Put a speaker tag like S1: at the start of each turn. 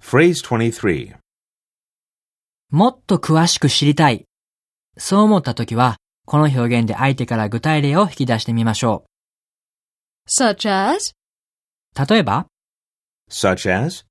S1: Phrase 23.
S2: もっと詳しく知りたい。そう思った時は、この表現で相手から具体例を引き出してみましょ
S3: such as
S2: う。例えば、
S1: Such as